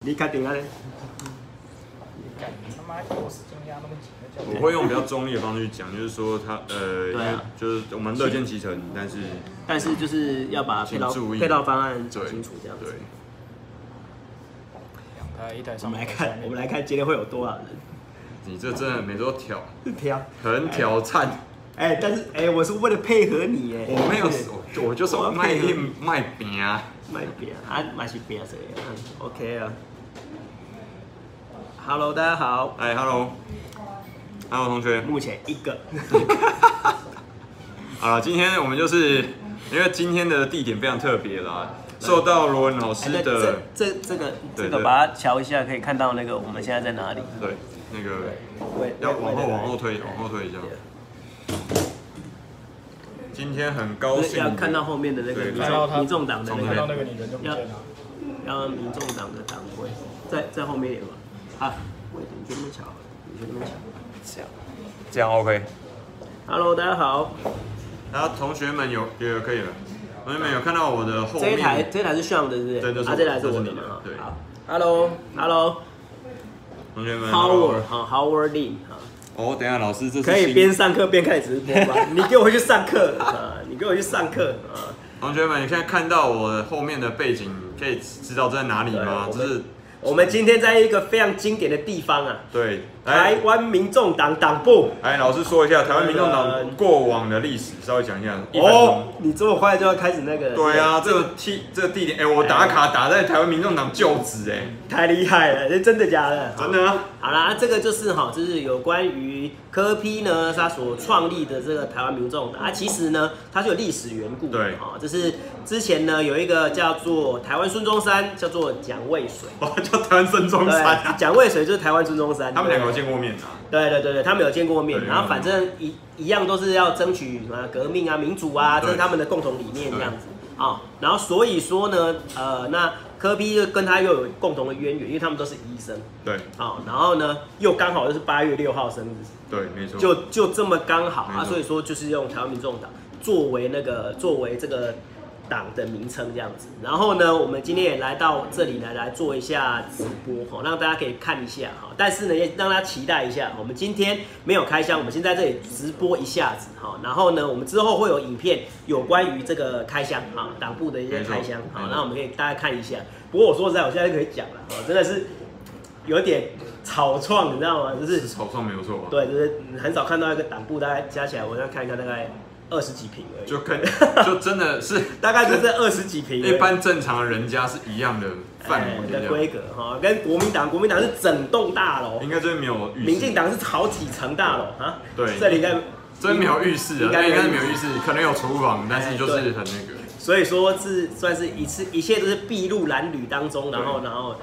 你决定啊咧。干你他妈给我时间压那么紧的教我会用比较中立的方式去讲，就是说他呃，因对啊为就是我们乐见其成，但是但是就是要把配套请注意配套方案讲对清楚这样对子。，两台一台我上们来面， 看，我们来看今天会有多少你这真的每周挑，人挑。很挑战。 哎、但是哎、我是为了配合你哎，我没有 对，我我就是我要卖配合力卖饼啊。卖饼啊，买是饼谁？嗯，OK 啊。Hello，大家好，哎，Hello，Hello 同学，目前一个，好了，今天我们就是因为今天的地点非常特别啦，受到罗文老师哎的 这这这个对这对个把它瞧一下，可以看到那个我们现在在哪里。对那个对要往后往后推往后推一下对今天很高就是兴要看到后面的那个对民看到他众民众党的那看到个，那个女人就不见了。要民众党的党徽，在在后面一点吧。啊，我你去那边瞧，你去那边瞧。这样。这样 OK。 Hello，大家好，然后同学们有有可以了，同学们有看到我的后这一台面，这一台是 Sean 的，是不是？对这是啊，我这台是这是我的你的嘛？对好 Hello，Hello。同学们 Howard 哈 Howard Lin 哈，哦，等一下老嗯师这是可以新边上课边开直播 吧？你给我去上课啊！你给我去上课啊！同学们，你现在看到我后面的背景，可以知道这在哪里吗？对这我们是我们今天在一个非常经典的地方啊，对，台来湾民众党党部。来，老师说一下台湾民众呃党过往的历史，稍微讲一下。一分钟哦，你这么快就要开始那个？对，啊，这个地这个地点，哎、我打卡打在台湾民众党旧址，哎，太厉害了，这真的假的？真的啊， 好啦，这个就是哈，就是有关于柯批呢，他所创立的这个台湾民众党啊，其实呢，它是有历史缘故的，对哈，就是之前呢有一个叫做台湾孙中山，叫做蒋渭水，我叫台湾孙中对，山啊，蒋渭水就是台湾孙中山，他们两个有见过面啊，对对对对，他们有见过面，对然后反正一一样都是要争取什么革命啊、民主啊，这对是他们的共同理念这样子啊、然后所以说呢，呃，那科比就跟他又有共同的渊源，因为他们都是医生对啊、然后呢，又刚好又是八月六号生日，对，没错，就就这么刚好没啊，错所以说就是用台湾民众党作为那个作为这个党的名称这样子。然后呢，我们今天也来到这里呢，来做一下直播哈、哦，让大家可以看一下哈、哦。但是呢，也让大家期待一下，我们今天没有开箱，我们先在这里直播一下子哈、哦。然后呢，我们之后会有影片有关于这个开箱啊、党部的一些没错开箱好，没错那我们可以大家看一下。不过我说实在，我现在就可以讲了哦，真的是有点草创，你知道吗？就是是草创没有错吧？对，就是你很少看到一个党部，大概加起来，我这样看一看，大概二十几平而已，就 跟就真的是大概就是二十几平而已一般正常人家是一样的范围哎这的样规格哈，跟国民党，国民党是整栋大楼，应该真没有浴民进室，党是好几层大楼啊。对这里应该真没有浴室啊，应该没那有应该是没有浴室，可能有厨房，但是哎就是对很那个，所以说是算是一次，一切都是筚路蓝缕当中，然后对然后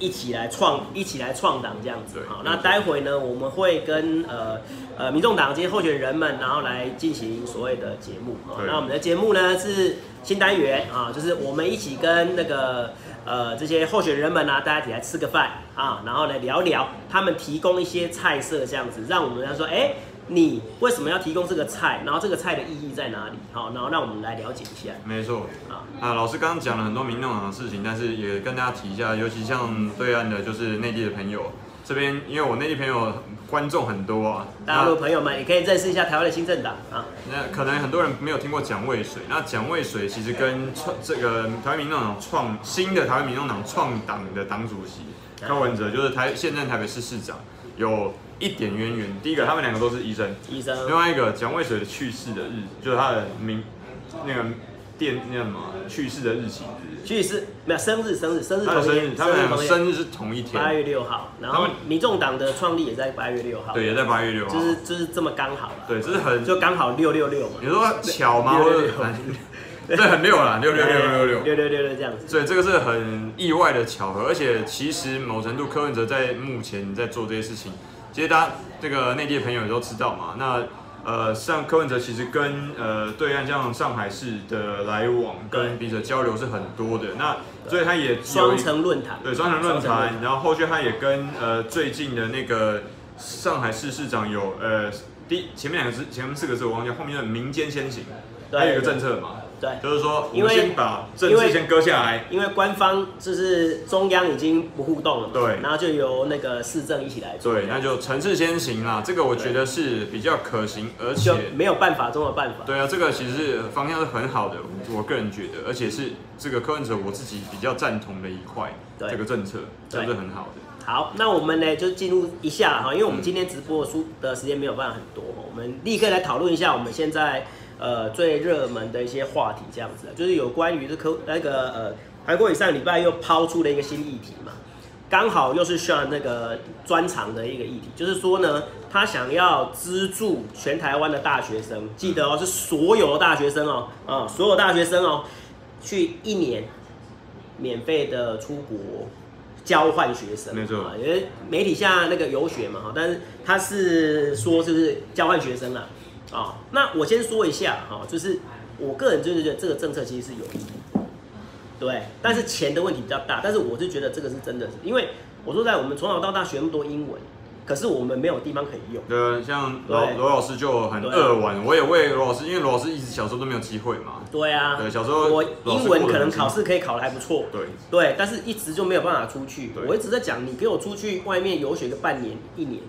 一起来创，一起来创党这样子对。好，没那错待会呢，我们会跟呃呃民众党这些候选人们，然后来进行所谓的节目。好，对那我们的节目呢是新单元啊，就是我们一起跟那个呃这些候选人们啊，大家一起来吃个饭啊，然后来聊聊他们提供一些菜色这样子，让我们来说，哎、你为什么要提供这个菜？然后这个菜的意义在哪里？好，然后让我们来了解一下。没错。啊，啊，老师刚刚讲了很多民众党的事情，但是也跟大家提一下，尤其像对岸的，就是内地的朋友，这边因为我内地朋友观众很多啊，大陆朋友们也可以认识一下台湾的新政党啊。那可能很多人没有听过蒋渭水，那蒋渭水其实跟创这个台湾民众党创新的台湾民众党创党的党主席哎柯文哲，就是台现任台北市市长，有一点渊源。第一个，他们两个都是医生；医生，另外一个，蒋渭水的去世的日，就是他的名那个电那个什么去世的日期是去世没有生日，生日，生日他的同生日，年，他们日两个同生年，日是同一八天，月六号。然他后们民众党的创立也在八月六号，对，也在八月六号就，是就是这么刚好了，对，这是很就刚好六六六嘛，你说巧吗？或六者六六 对，很六啦，六六六六六哎六六六六这样子。所以这个是很意外的巧合，而且其实某程度柯文哲在目前在做这些事情，其实大家这个内地的朋友也都知道嘛。那呃，像柯文哲其实跟呃对岸像上海市的来往跟彼此的交流是很多的，那所以他也有一双城论坛，对双城论双城论坛，然后后续他也跟呃最近的那个上海市市长有呃第前面两个字前面四个字我忘记了，后面的民间先行，对还有一个政策嘛，对，就是说我因们为先把政因治为先割下来，因为官方就是中央已经不互动了嘛，对然后就由那个市政一起来做，对，那就城市先行啦，这个我觉得是比较可行，而且就没有办法中的办法。对啊，这个其实是方向是很好的，我我个人觉得，而且是这个柯文哲我自己比较赞同的一块，对这个政策对就是很好的。好，那我们呢就进入一下哈，因为我们今天直播的书的时间没有办法很多，我们立刻来讨论一下我们现在呃最热门的一些话题，这样子，啊就是有关于这科那个呃韩国瑜上礼拜又抛出了一个新议题嘛，刚好又是 Sean 那个专长的一个议题，就是说呢，他想要资助全台湾的大学生，记得哦，是所有的大学生哦，啊、所有大学生哦，去一年免费的出国交换学生，没错啊因为媒体下那个游学嘛，哈，但是他是说就是交换学生啦，啊、那我先说一下哈、就是我个人就是觉得这个政策其实是有益的对，但是钱的问题比较大，但是我是觉得这个是真的是，因为我说实在我们从小到大学那么多英文，可是我们没有地方可以用。呃，像罗对罗老师就很对啊扼腕，我也为罗老师，因为罗老师一直小时候都没有机会嘛，对啊，对小时候我老师英过得文可能很辛苦考试可以考得还不错，对，对，但是一直就没有办法出去对。我一直在讲，你给我出去外面游学个半年、一年，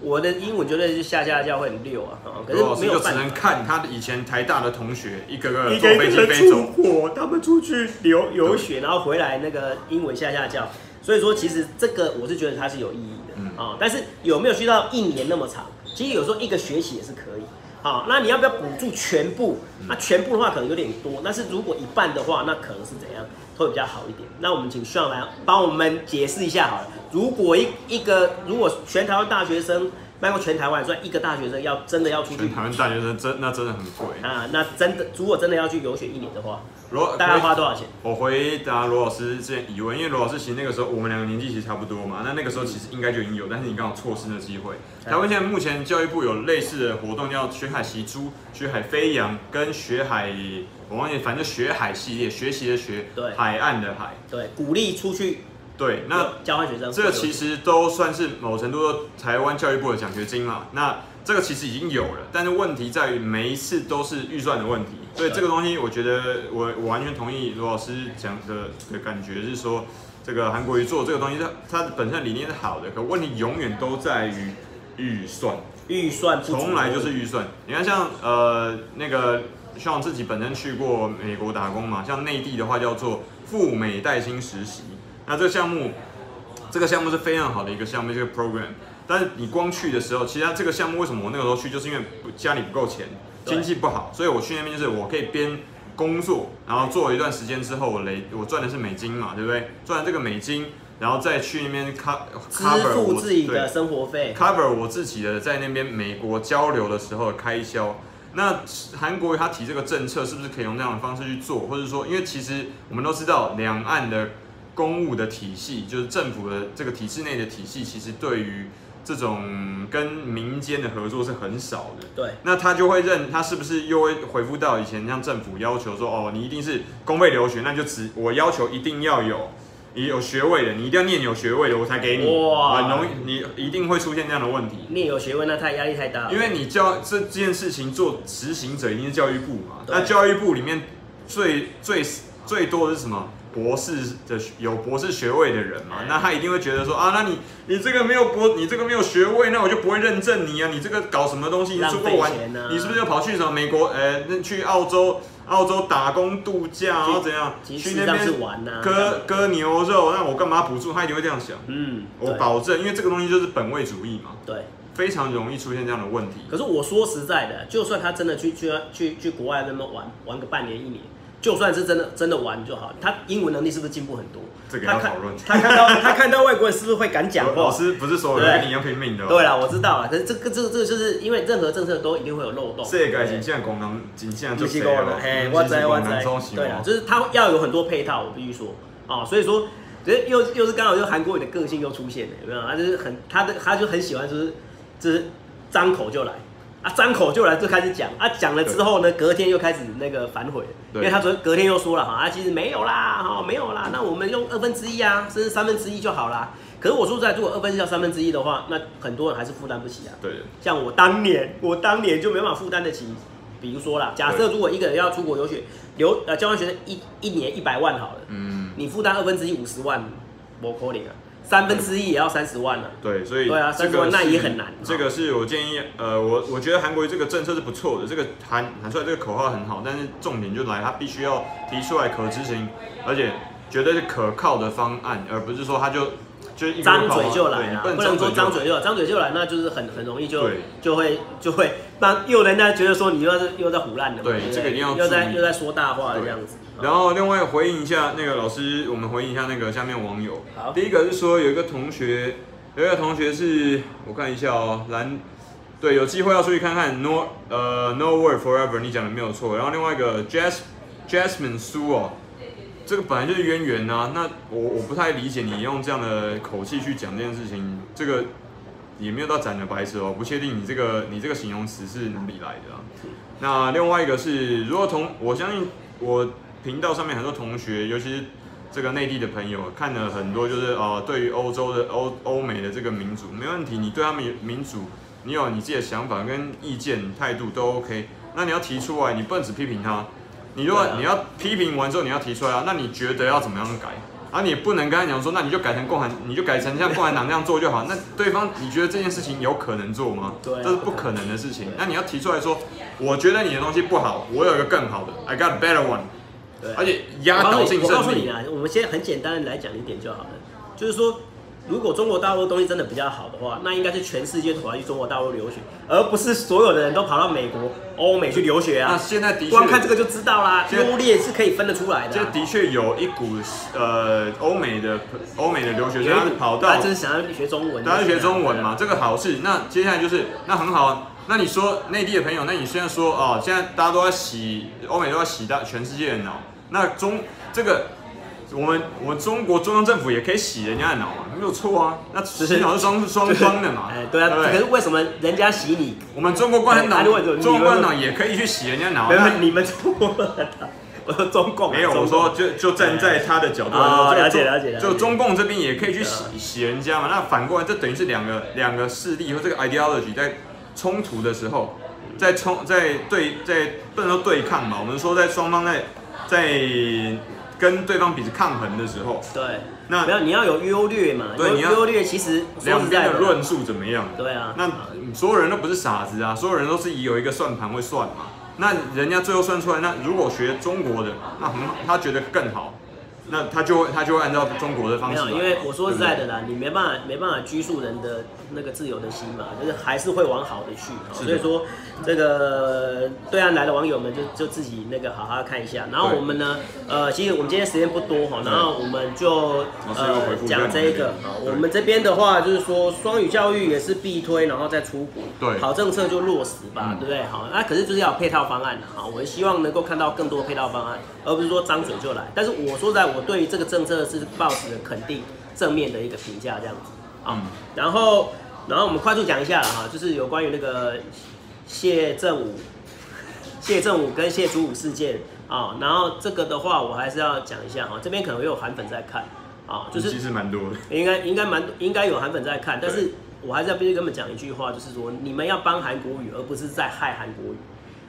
我的英文绝对是下下教会很溜啊，哦可是罗老师没有就只办能法。看他的以前台大的同学一个个一呃个坐一飞机个飞出走，国，他们出去游游学，然后回来那个英文下下教。所以说，其实这个我是觉得它是有意义的啊、嗯哦但是有没有去到一年那么长？其实有时候一个学期也是可以。好、那你要不要补助全部？嗯那全部的话可能有点多，但是如果一半的话，那可能是怎样会比较好一点？那我们请上来帮我们解释一下好了。如果一一个如果全台湾大学生，包括全台湾算一个大学生要真的要出去全台湾大学生真那真的很贵。啊，那真的如果真的要去游学一年的话，罗大概花多少钱？我回答罗老师之前疑问，因为罗老师其实那个时候我们两个年纪其实差不多嘛，那那个时候其实应该就已经有，但是你刚好错失了机会。台湾现在目前教育部有类似的活动，叫学海习珠、学海飞扬跟学海，我忘记，反正就学海系列，学习的学对，海岸的海。对，鼓励出去对，那交换学生，这个其实都算是某程度的台湾教育部的奖学金嘛。那这个其实已经有了，但是问题在于每一次都是预算的问题。所以这个东西，我觉得我我完全同意罗老师讲的的感觉是说，这个韩国瑜做这个东西，它它本身的理念是好的，可问题永远都在于预算。预算不足从来就是预算。你看像呃那个像自己本身去过美国打工嘛，像内地的话叫做赴美带薪实习，那这个项目这个项目是非常好的一个项目，这个 program。但是你光去的时候，其实它这个项目为什么我那个时候去，就是因为不家里不够钱，对经济不好，所以我去那边就是我可以边工作，然后做一段时间之后，我累我赚的是美金嘛，对不对？赚了这个美金，然后再去那边 co- 支 cover 付我自己对的生活费， cover 我自己的在那边美国交流的时候的开销。那韩国瑜他提这个政策，是不是可以用这样的方式去做？或者说，因为其实我们都知道，两岸的公务的体系，就是政府的这个体制内的体系，其实对于这种跟民间的合作是很少的。对那他就会认他是不是又会回复到以前像政府要求说哦，你一定是公费留学，那就只我要求一定要有你有学位的，你一定要念有学位的我才给你。哇很容易你一定会出现这样的问题，念有学问，那太压力太大了，因为你教这这件事情做执行者一定是教育部嘛，对那教育部里面最最最多的是什么？博士的有博士学位的人嘛，那他一定会觉得说啊，那你你这个没有博，你这个没有学位，那我就不会认证你啊，你这个搞什么东西？你出国浪玩费钱啊，你是不是就跑去什么美国？呃，那去澳洲澳洲打工度假，然后怎样？其去实那上是边玩啊呐、割割牛肉，那我干嘛补助？他一定会这样想。嗯，我对保证，因为这个东西就是本位主义嘛，对。非常容易出现这样的问题。可是我说实在的，就算他真的去去去去国外那么玩玩个半年一年，就算是真的真的玩就好，他英文能力是不是进步很多？这个他要看讨论。他看到 他看到外国人是不是会敢讲老话？师不是所有人跟你一样拼命的、哦。对，啦，我知道啊啦，可是这个这个这个就是因为任何政策都一定会有漏洞。这个对仅限功能，仅限不就是谁哦够了了，。嘿，我知我知，对对啦，就是他要有很多配套，我必须说哦，所以说，就是又又是刚好就韩国语的个性又出现了，有没有？他就是很他的他就很喜欢就是就是张口就来啊，张口就来就开始讲啊，讲了之后呢，隔天又开始那个反悔，因对为他昨隔天又说了哈，啊，其实没有啦，哈、没有啦，那我们用二分之一啊，甚至三分之一就好啦。可是我说实在，如果二分之一到三分之一的话，那很多人还是负担不起啊。对的像我当年，我当年就没办法负担得起比如说啦，假设如果一个人要出国留学，留呃交换学生一一年一百万好了，嗯，你负担二分之一五十万，我扣零啊，三分之一也要三十万了、对，所以对啊这30个万那是也很难这个是我建议，呃，我我觉得韩国瑜这个政策是不错的，这个喊喊出来这个口号很好，但是重点就来，他必须要提出来可执行，而且绝对是可靠的方案，而不是说他就就是一个张口号嘴就对来你啊，不能能说张就来嘴就来，张嘴就来，那就是很很容易就对就会就会让又人家觉得说你又在又在胡乱的嘛，对不这个一定要又在注意又在说大话的对这样子。然后另外回应一下那个老师，我们回应一下那个下面网友好。第一个是说有一个同学，有一个同学是我看一下哦，蓝，对，有机会要出去看看。No 呃 No Word Forever，你讲的没有错。然后另外一个 Jas Jasmine Su 哦，这个本来就是渊源啊。那我我不太理解你用这样的口气去讲这件事情，这个也没有到斩了白痴哦，我不确定你这个你这个形容词是哪里来的啊、那另外一个是，如果同我相信我频道上面很多同学，尤其是这个内地的朋友，看了很多就是呃，对于欧洲的欧欧美的这个民主，没问题，你对他们有民主，你有你自己的想法跟意见态度都 OK，那你要提出来，你不能只批评他，你如果、对啊你要批评完之后你要提出来啊，那你觉得要怎么样改？啊，你也不能跟他讲说，那你就改成共产，你就改成像共产党那样做就好。那对方你觉得这件事情有可能做吗？对啊这是不可能的事情对。啊那你要提出来说，我觉得你的东西不好，我有一个更好的，I got a better one，对，而且压我告倒诉你性我告诉胜你利。啊，我们先很简单的来讲一点就好了，就是说，如果中国大陆的东西真的比较好的话，那应该是全世界跑去中国大陆留学，而不是所有的人都跑到美国、欧美去留学那啊。现在的确，光看这个就知道啦，现在优劣是可以分得出来的这啊、的确有一股呃欧美的欧美的留学有一生股啊跑到他就是啊想要学中文，大家学中文嘛，这个好事。那接下来就是那很好啊。那你说内地的朋友，那你虽然说哦，现在大家都在洗欧美都在洗大全世界的脑，那中这个我们我们中国中央政府也可以洗人家的脑嘛，没有错啊。那洗脑是 双双方的嘛，哎，对啊，不可是为什么人家洗你？我们中国共产党，哎啊如果你中国共产党也可以去洗人家脑。没有，那你们中国的，我说中共啊，没有，我中共说就就站在他的角度来哦说，了解就了解了解就中共这边也可以去洗对啊洗人家嘛。那反过来，这等于是两个两个势力和这个 ideology 在冲突的时候，在冲在对在不能说对抗嘛，我们说在双方在在跟对方彼此抗衡的时候，对，那没有，你要有优劣嘛，对有你要优劣其实说两实在边的的啦，论述怎么样？对啊，那嗯所有人都不是傻子啊，所有人都是有一个算盘会算嘛。那人家最后算出来，那如果学中国的，那很好，他觉得更好，那他就会他就会按照中国的方没式有，因来。为我说实在的对啦，你没办法没办法拘束人的那个自由的心嘛，就是还是会往好的去嘛。是的所以说，这个对岸来的网友们就就自己那个好好看一下。然后对我们呢，呃，其实我们今天时间不多哈，然后我们就老师要呃回复一下讲你这那一边个啊，对我们这边的话就是说双语教育也是必推，然后再出国，对好政策就落实吧嗯，对不对？好，那可是就是要有配套方案啊，好我们希望能够看到更多配套方案，而不是说张嘴就来。但是我说实在，我对于这个政策是抱持着肯定正面的一个评价这样子啊。嗯然后，然后我们快速讲一下了哈，就是有关于那个谢振武、 谢振武跟谢祖武事件啊。然后这个的话，我还是要讲一下哈，这边可能也有韩粉在看啊，就是其实蛮多的。应该应该蛮应该有韩粉在看，但是对我还是要必须跟他们讲一句话，就是说你们要帮韩国语，而不是在害韩国语。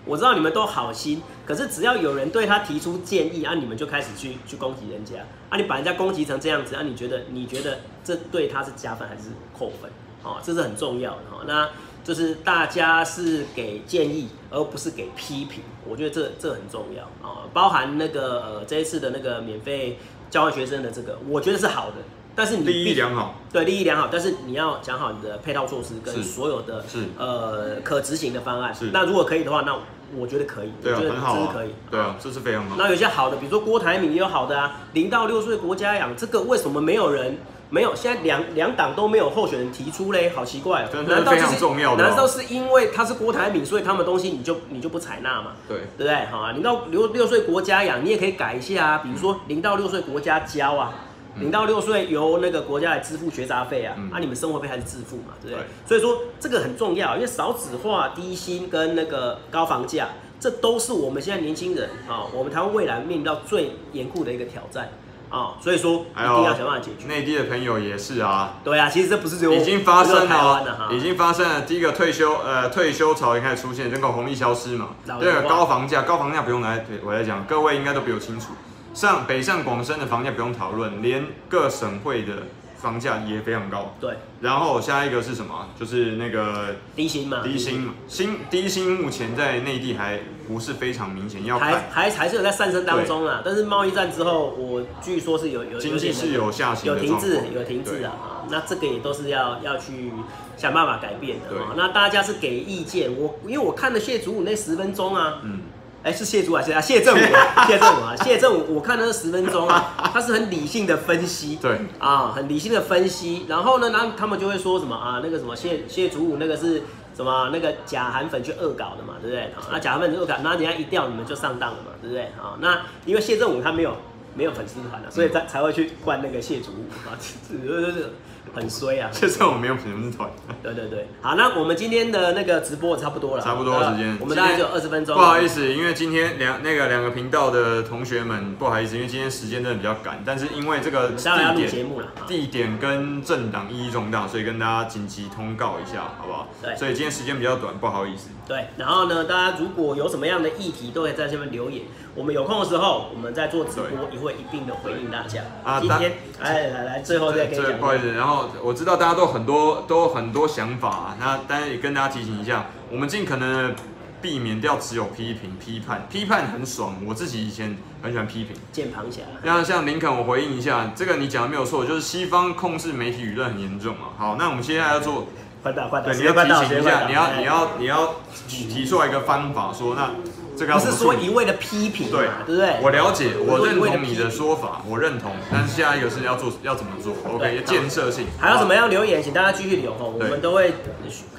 我知道你们都好心，可是只要有人对他提出建议啊，你们就开始去去攻击人家啊，你把人家攻击成这样子啊，你觉得你觉得这对他是加分还是扣分？哦，这是很重要的哦。那就是大家是给建议，而不是给批评，我觉得这这很重要啊、哦。包含那个呃这一次的那个免费交换学生的这个，我觉得是好的，但是你利益必良好，对，利益良好，但是你要讲好你的配套措施跟是所有的是呃可执行的方案是。那如果可以的话，那我觉得可以，对我啊，觉得很好这是啊可以。，对啊，这是非常好。那有些好的，比如说郭台铭也有好的啊，零到六岁国家养这个为什么没有人没有？现在两两党都没有候选人提出嘞，好奇怪、哦真。的难道非就常是重要的哦难道是因为他是郭台铭，所以他们东西你就你就不采纳嘛？对，对不对？好啊，零到六六岁国家养，你也可以改一下啊，比如说零到六岁国家教啊。零到六岁由那个国家来支付学杂费啊，嗯啊，你们生活费还是自付嘛，对不对？对所以说这个很重要，因为少子化、低薪跟那个高房价，这都是我们现在年轻人啊、我们台湾未来面临到最严酷的一个挑战。哦，所以说一还定有要想办法解决。内地的朋友也是啊，对啊，其实这不是只有已经发只有生台湾了了哈哦，，已经发生了。第一个退休，呃，退休潮已经开始出现，人口红利消失嘛。老第二龄个化高房价，高房价不用来我来讲，各位应该都比我清楚。上北上广深的房价不用讨论，连各省会的房价也非常高。对然后下一个是什么？就是那个低薪嘛，低薪嘛，薪低薪目前在内地还不是非常明显，要还看还还是有在上升当中啦。啊但是贸易战之后，我据说是有有经济点那是个有下行有的停状滞，况，有停滞对啊。啊那这个也都是要要去想办法改变的对啊。那大家是给意见，我因为我看了谢祖武那十分钟啊，嗯，哎、是谢祖武还是啊谢振武啊？谢振武啊，谢振武，我看了那十分钟 啊，他是很理性的分析，对， 啊，很理性的分析。然后呢，然后他们就会说什么啊，那个什么谢谢祖武那个是什么那个假韩粉去恶搞的嘛，对不对？啊，那假韩粉去恶搞，那人家一调你们就上当了嘛，对不对？啊，那因为谢振武他没有没有粉丝团了、啊所以他才会去灌那个谢祖武啊，就是 很衰啊。这次我没有评论团。对对对，好，那我们今天的那个直播差不多了，差不多的时间呃我们大概就二十分钟。不好意，思，因为今天两那个两个频道的同学们，不好意思，因为今天时间真的比较赶，但是因为这个我们待会要录地节点目了。啊地点跟政党意义重大，所以跟大家紧急通告一下，好不好？对所以今天时间比较短，不好意思。对，然后呢，大家如果有什么样的议题，都可以在下面留言。我们有空的时候，我们再做直播，也会一并的回应大家。啊今大天来来来，最后再跟你这讲不好意思，然后我知道大家都很多都有很多想法、啊那当然也跟大家提醒一下，我们尽可能地避免掉只有批评、批判，批判很爽，我自己以前很喜欢批评。键盘侠，那像林肯，我回应一下，这个你讲的没有错，就是西方控制媒体舆论很严重嘛。好，那我们现在要做，快到快到，对，你时间快到要提醒一时间快下，到你要哎你要你要提出来一个方法，说那这个要不怎是么说处理一味的批评对嘛，对不对？我了解，我认不是一味地同你的说法，我认同，但是下一个是要做要怎么做对？OK，建设性，还有什么好样留言，请大家继续留哦，我对们都会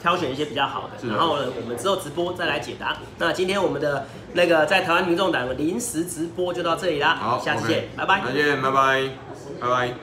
挑选一些比较好是的，的然后呢，我们之后直播再来解答。那今天我们的那个在台湾民众党的临时直播就到这里啦，好，下次 OK 见，拜拜再。见，拜拜，拜拜。